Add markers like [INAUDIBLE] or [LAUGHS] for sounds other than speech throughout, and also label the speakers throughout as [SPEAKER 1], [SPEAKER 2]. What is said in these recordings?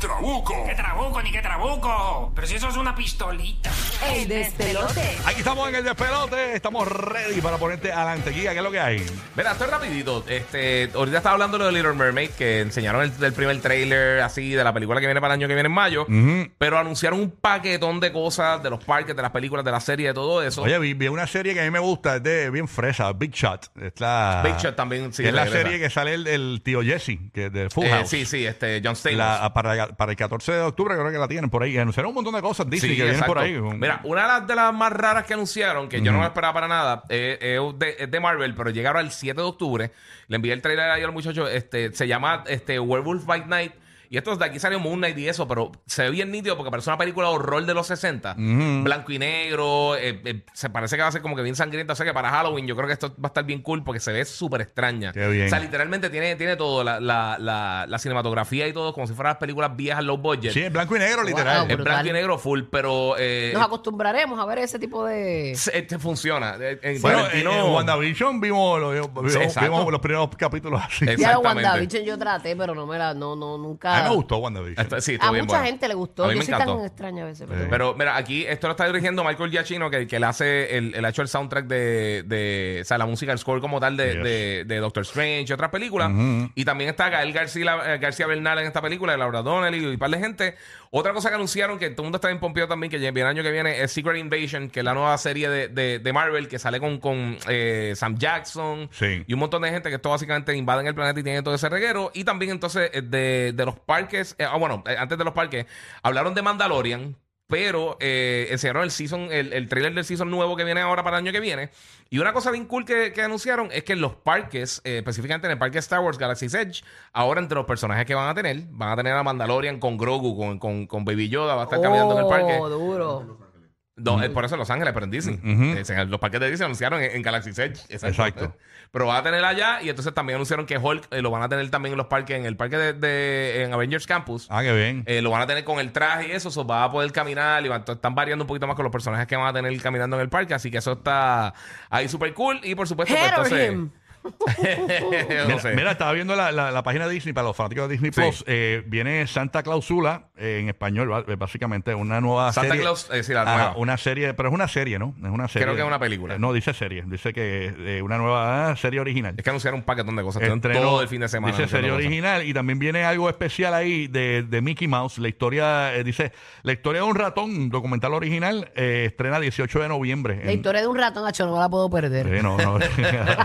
[SPEAKER 1] trabuco!
[SPEAKER 2] ¡Qué trabuco, ni qué trabuco! Pero si eso es una pistolita.
[SPEAKER 3] El despelote.
[SPEAKER 4] Aquí estamos en el despelote. Estamos ready para ponerte adelante. Guía, ¿qué es lo que hay?
[SPEAKER 5] Mira, esto es rapidito. Este, ahorita estaba hablando de Little Mermaid, que enseñaron el, el primer trailer así de la película que viene para el año que viene en mayo. Pero anunciaron un paquetón de cosas de los parques, de las películas, de la serie, de todo eso.
[SPEAKER 4] Oye, vi, vi una serie que a mí me gusta, es de bien fresa, Big Shot. Es la,
[SPEAKER 5] Big Shot también, sí,
[SPEAKER 4] Es la
[SPEAKER 5] regresa.
[SPEAKER 4] serie que sale el, el tío Jesse, que es de Full
[SPEAKER 5] Eh,
[SPEAKER 4] House.
[SPEAKER 5] sí, sí, este, John Stamos.
[SPEAKER 4] La- para, para el 14 de octubre creo que la tienen por ahí. Y Anunciaron un montón de cosas, Disney,
[SPEAKER 5] Sí,
[SPEAKER 4] que vienen por ahí.
[SPEAKER 5] exacto. Mira, una de las, de las más raras que anunciaron, que yo no me esperaba para nada, eh, eh, es, de, es de Marvel, pero llegaron al 7 de octubre. Le envié el trailer ayer al muchacho. Este, se llama este, Werewolf by Night. Y esto de aquí salió Moon Knight y eso, pero se ve bien nítido porque parece una película de horror de los 60. Blanco y negro. eh, eh, se parece que va a ser como que bien sangriento. O sea que para Halloween yo creo que esto va a estar bien cool porque se ve súper extraña.
[SPEAKER 4] Qué bien.
[SPEAKER 5] O sea, literalmente tiene, tiene todo. La, la- la- la cinematografía y todo, como si fueran las películas viejas low budget.
[SPEAKER 4] Sí, en blanco y negro, literal.
[SPEAKER 3] Wow.
[SPEAKER 5] En
[SPEAKER 3] Brutal.
[SPEAKER 5] blanco y negro full, pero eh,
[SPEAKER 3] Nos acostumbraremos a ver ese tipo de.
[SPEAKER 5] se- este funciona. Eh, en
[SPEAKER 4] Bueno, en,
[SPEAKER 5] Tarantino-
[SPEAKER 4] en WandaVision vimos, lo- vimos-
[SPEAKER 5] Sí, exacto.
[SPEAKER 4] vimos los primeros capítulos así.
[SPEAKER 5] Exacto.
[SPEAKER 3] Ya lo
[SPEAKER 5] Exactamente.
[SPEAKER 3] WandaVision yo traté, pero no me la. No, no, nunca.
[SPEAKER 4] A mí me gustó WandaVision.
[SPEAKER 5] Está- sí, estuvo
[SPEAKER 3] A
[SPEAKER 5] bien
[SPEAKER 3] mucha
[SPEAKER 5] bueno.
[SPEAKER 3] gente le gustó.
[SPEAKER 5] A mí
[SPEAKER 3] yo
[SPEAKER 5] me
[SPEAKER 3] soy tan
[SPEAKER 5] encantó. Eh,
[SPEAKER 3] extraña a veces.
[SPEAKER 4] Sí.
[SPEAKER 3] Pero...
[SPEAKER 5] Pero mira, aquí esto lo está dirigiendo Michael Giacchino, que, que le hace el, el- ha hecho el soundtrack de, de- o sea, la música, el score como tal de,
[SPEAKER 4] Yes.
[SPEAKER 5] de- de Doctor Strange y otras películas.
[SPEAKER 4] Ujú.
[SPEAKER 5] Y también está Gael García, eh, García Bernal en esta película, Laura Donnelly y un par de gente. Otra cosa que anunciaron, que todo el mundo está bien pompeado también, que ya viene el año que viene, es Secret Invasion, que es la nueva serie de, de- de Marvel que sale con, con eh, Sam Jackson
[SPEAKER 4] Sí.
[SPEAKER 5] y un montón de gente que esto básicamente invaden el planeta y tienen todo ese reguero. Y también entonces eh, de, de los parques, eh, ah, bueno, eh, antes de los parques, hablaron de Mandalorian. Pero eh, enseñaron el season, el, el trailer del season nuevo que viene ahora para el año que viene. Y una cosa bien cool que, que anunciaron es que en los parques, eh, específicamente en el parque Star Wars Galaxy's Edge, ahora entre los personajes que van a tener, van a tener a Mandalorian con Grogu, con, con, con Baby Yoda, va a estar caminando en el parque.
[SPEAKER 3] Oh, duro.
[SPEAKER 5] No, es por eso en Los Ángeles, pero en Disney.
[SPEAKER 4] Ujú.
[SPEAKER 5] Es en- los parques de Disney anunciaron en, en Galaxy's Edge.
[SPEAKER 4] Exacto.
[SPEAKER 5] Pero va a tener allá y entonces también anunciaron que Hulk eh, lo van a tener también en los parques, en el parque de, de- en Avengers Campus.
[SPEAKER 4] Ah, qué bien.
[SPEAKER 5] Eh, lo van a tener con el traje y eso, so, va a poder caminar y va- están variando un poquito más con los personajes que van a tener caminando en el parque, así que eso está ahí súper cool y por supuesto pues,
[SPEAKER 3] Head or
[SPEAKER 5] entonces
[SPEAKER 3] him.
[SPEAKER 5] [LAUGHS] no
[SPEAKER 4] Mira,
[SPEAKER 5] sé.
[SPEAKER 4] mira, estaba viendo la, la- la página de Disney para los fanáticos de Disney
[SPEAKER 5] Sí.
[SPEAKER 4] Plus. Eh, viene Santa Clausula eh, en español, va- eh, básicamente una nueva
[SPEAKER 5] Santa
[SPEAKER 4] serie.
[SPEAKER 5] Claus, eh, sí, la
[SPEAKER 4] Ajá,
[SPEAKER 5] nueva.
[SPEAKER 4] una serie, pero es una serie, ¿no? Es una serie.
[SPEAKER 5] que es una película.
[SPEAKER 4] Eh, no, dice serie. Dice que eh, una nueva ah, serie original.
[SPEAKER 5] Es que anunciaron un paquetón de cosas, estuvieron
[SPEAKER 4] Entre
[SPEAKER 5] todo el fin de semana.
[SPEAKER 4] Dice
[SPEAKER 5] anunciando
[SPEAKER 4] serie
[SPEAKER 5] cosas.
[SPEAKER 4] original y también viene algo especial ahí de, de Mickey Mouse. La historia, eh, dice, la historia de un ratón, documental original, eh, estrena 18 de noviembre.
[SPEAKER 3] La
[SPEAKER 5] Eh.
[SPEAKER 4] en-
[SPEAKER 3] historia de un ratón, acho, no me la puedo perder.
[SPEAKER 4] Sí,
[SPEAKER 3] [LAUGHS]
[SPEAKER 4] no, no. [LAUGHS]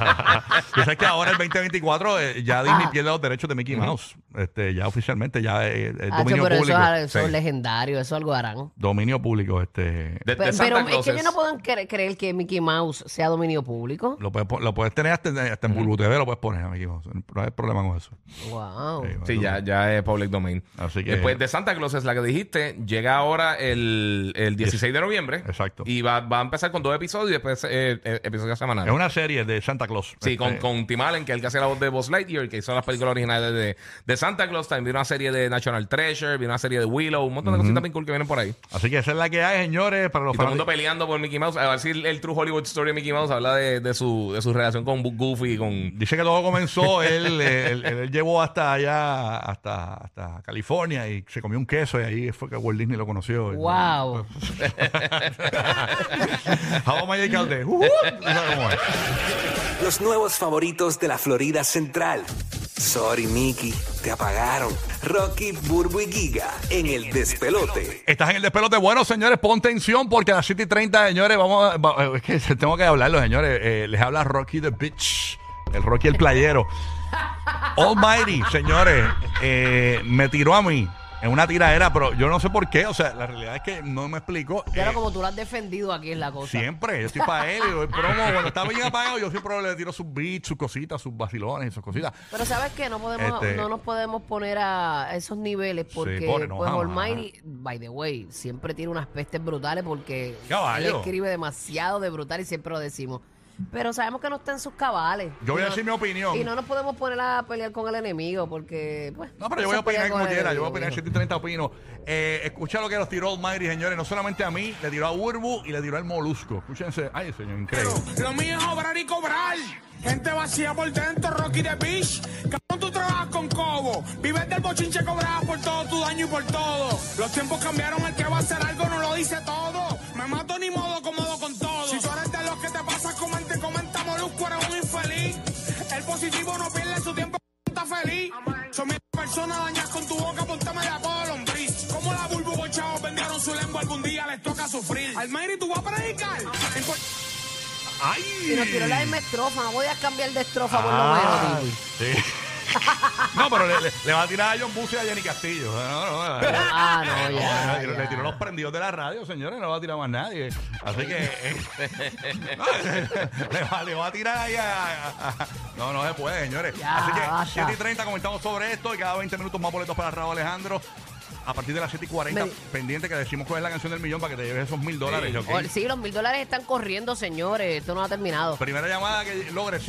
[SPEAKER 4] Yo sé que ahora el 2024 eh, ya Disney
[SPEAKER 3] Ajá.
[SPEAKER 4] pierde los derechos de Mickey Mouse. Este, ya oficialmente, ya eh, es
[SPEAKER 3] Acho,
[SPEAKER 4] dominio
[SPEAKER 3] Ah, pero eso,
[SPEAKER 4] público.
[SPEAKER 3] es- eso
[SPEAKER 4] Sí.
[SPEAKER 3] es legendario, eso algo harán.
[SPEAKER 4] Dominio público, este.
[SPEAKER 5] De- de
[SPEAKER 3] Pe-
[SPEAKER 5] Santa
[SPEAKER 3] Pero, es
[SPEAKER 5] Claus
[SPEAKER 3] que yo no puedo cre- creer que Mickey Mouse sea dominio público.
[SPEAKER 4] Lo puedes, pon- lo puedes tener hasta, en- hasta en Bulbu TV, lo puedes poner, Mickey Mouse. No hay problema con eso.
[SPEAKER 3] Wow.
[SPEAKER 4] Sí,
[SPEAKER 5] Oh, Sí, ya, ya es public domain.
[SPEAKER 4] Así que-
[SPEAKER 5] Después de Santa Claus es la que dijiste, llega ahora el, el 16 de noviembre.
[SPEAKER 4] Exacto.
[SPEAKER 5] Y va, va a empezar con dos episodios y después eh, eh, episodios
[SPEAKER 4] Es
[SPEAKER 5] semanales.
[SPEAKER 4] una serie de Santa Claus.
[SPEAKER 5] Sí, con,
[SPEAKER 4] Este,
[SPEAKER 5] con Tim Allen, que es el que hace la voz de Buzz Lightyear, que hizo las películas originales de, de Santa Claus. También viene una serie de National Treasure, viene una serie de Willow, un montón de cositas bien cool que vienen por ahí.
[SPEAKER 4] Así que esa es la que hay, señores, para los
[SPEAKER 5] Y todo el mundo
[SPEAKER 4] fanáticos.
[SPEAKER 5] peleando por Mickey Mouse. A ver si el, el True Hollywood Story de Mickey Mouse habla de, de su, de su relación con Goofy y con...
[SPEAKER 4] Dice que todo comenzó, [LAUGHS] él, él- él- él llevó hasta allá, hasta, hasta California y se comió un queso y ahí fue que Walt Disney lo conoció. [LAUGHS]
[SPEAKER 3] Wow.
[SPEAKER 4] How am I a Calde? Uh, tú sabes cómo es.
[SPEAKER 6] Los nuevos favoritos de la Florida Central. Sorry, Mickey, te apagaron. Rocky, Burbu y Giga en el despelote.
[SPEAKER 4] Estás en el despelote. Bueno, señores, pon tensión porque a las 7 y 30, señores, vamos a, va- [LAUGHS] Es que tengo que hablarlo, señores. Eh, les habla Rocky the Bitch. El Rocky el playero. Almighty, señores, eh, me tiró a mí en una tiradera, pero yo no sé por qué. O sea, la realidad es que no me explico.
[SPEAKER 3] Y ahora
[SPEAKER 4] Eh,
[SPEAKER 3] como tú lo has defendido aquí es la cosa.
[SPEAKER 4] Siempre, yo estoy para él, y doy promo. Cuando está bien apagado, yo siempre le tiro sus beats, sus cositas, sus vacilones y sus cositas.
[SPEAKER 3] Pero sabes que no podemos,
[SPEAKER 4] Este-
[SPEAKER 3] no nos podemos poner a esos niveles porque
[SPEAKER 4] pobre, no,
[SPEAKER 3] pues
[SPEAKER 4] jamás.
[SPEAKER 3] Almighty, by the way, siempre tiene unas pestes brutales porque
[SPEAKER 4] Caballo.
[SPEAKER 3] él escribe demasiado de brutal y siempre lo decimos. Pero sabemos que no está en sus cabales.
[SPEAKER 4] Yo voy
[SPEAKER 3] Y
[SPEAKER 4] a
[SPEAKER 3] no-
[SPEAKER 4] decir mi opinión.
[SPEAKER 3] Y no nos podemos poner a pelear con el enemigo porque, pues.
[SPEAKER 4] No, pero
[SPEAKER 3] eso
[SPEAKER 4] yo voy a
[SPEAKER 3] es pelear
[SPEAKER 4] opinar
[SPEAKER 3] con
[SPEAKER 4] como
[SPEAKER 3] el
[SPEAKER 4] quiera. Yo voy
[SPEAKER 3] enemigo,
[SPEAKER 4] a opinar
[SPEAKER 3] hijo.
[SPEAKER 4] 730 opino. Eh, escucha lo que nos tiró Almighty, señores. No solamente a mí, le tiró a Urbu y le tiró al Molusco. Escúchense. Ay, señor, increíble.
[SPEAKER 7] Lo mío es obrar y cobrar. Gente vacía por dentro, Rocky de Beach. Cabrón,
[SPEAKER 1] tú trabajas con Cobo. Vives del bochinche cobrado por todo tu daño y por todo. Los tiempos cambiaron, el que va a hacer algo no lo dice todo. Me mato ni modo, cómodo con todo. Si tú eres de los que te pasas comente, comenta molusco, eres un infeliz. El positivo no pierde su tiempo, está feliz. Son mil personas dañas con tu boca, póntame de apodo lombriz. Como la bulbo bochados vendieron su lengua, algún día les toca sufrir. Almayri, tú vas a predicar. En Puerto-
[SPEAKER 4] ¡Ay!
[SPEAKER 3] Y nos tiró la misma estrofa. No voy a cambiar de estrofa por lo menos.
[SPEAKER 4] Ay,
[SPEAKER 3] Didi.
[SPEAKER 4] ah, sí. [LAUGHS] no, pero le, le- le va a tirar a John Busey y a Jenny Castillo. No, no, no, no.
[SPEAKER 3] Ah, no,
[SPEAKER 4] No,
[SPEAKER 3] ya.
[SPEAKER 4] le tiró- le tiró los prendidos de la radio, señores, no va a tirar más nadie. Así que [LAUGHS] eh, no, le, va, le va a tirar ahí a, a- a- No, no se puede, señores.
[SPEAKER 3] Ya,
[SPEAKER 4] Así que
[SPEAKER 3] basta.
[SPEAKER 4] 7 y 30 comentamos sobre esto y cada 20 minutos más boletos para Raúl Alejandro. A partir de las 7 y 40,
[SPEAKER 3] Me-
[SPEAKER 4] pendiente que decimos cuál es la canción del millón para que te lleves esos mil dólares. ¿ok?
[SPEAKER 3] Oh, Sí, los mil dólares están corriendo, señores. Esto no ha terminado.
[SPEAKER 4] Primera llamada que logre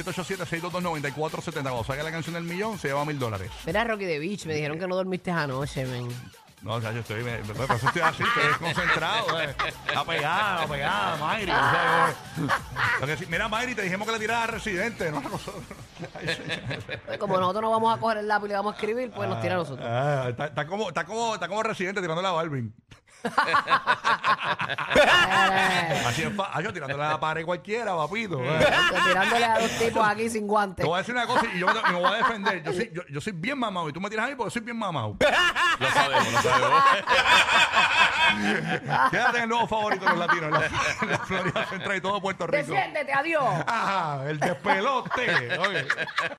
[SPEAKER 4] 787-622-9470. Cuando salga la canción del millón, se lleva mil dólares.
[SPEAKER 3] Mira, Rocky de Beach, me dijeron que no dormiste anoche, men.
[SPEAKER 4] No, o sea, yo estoy, me, me- por eso estoy así, estoy desconcentrado. eh. Apegado, apegado, Mayri. o sea, yo- lo que sí- mira, Mayri, te dijimos que le tirara a Residente, no a nosotros. Ay, señor.
[SPEAKER 3] Pues Como nosotros no vamos a coger el lápiz y le vamos a escribir, pues nos tira a
[SPEAKER 4] [LAUGHS]
[SPEAKER 3] nosotros.
[SPEAKER 4] Ah, está, está como, está, como, está como Residente tirándole a Balvin.
[SPEAKER 3] Eh,
[SPEAKER 4] Así es, fa- ay, yo tirándole a la pared cualquiera, papito. eh.
[SPEAKER 3] pues, tirándole a dos tipos aquí sin
[SPEAKER 4] Te
[SPEAKER 3] guantes.
[SPEAKER 4] voy a decir una cosa y yo me, me voy a defender. Yo soy, yo, yo soy bien mamado y tú me tiras a mí porque soy bien mamado.
[SPEAKER 5] Lo sabemos, lo sabemos.
[SPEAKER 4] Quédate en el nuevo favorito de los latinos, en la, en la Florida Central y todo Puerto Rico.
[SPEAKER 3] Defiéndete, adiós.
[SPEAKER 4] Ajá, el despelote. Oye.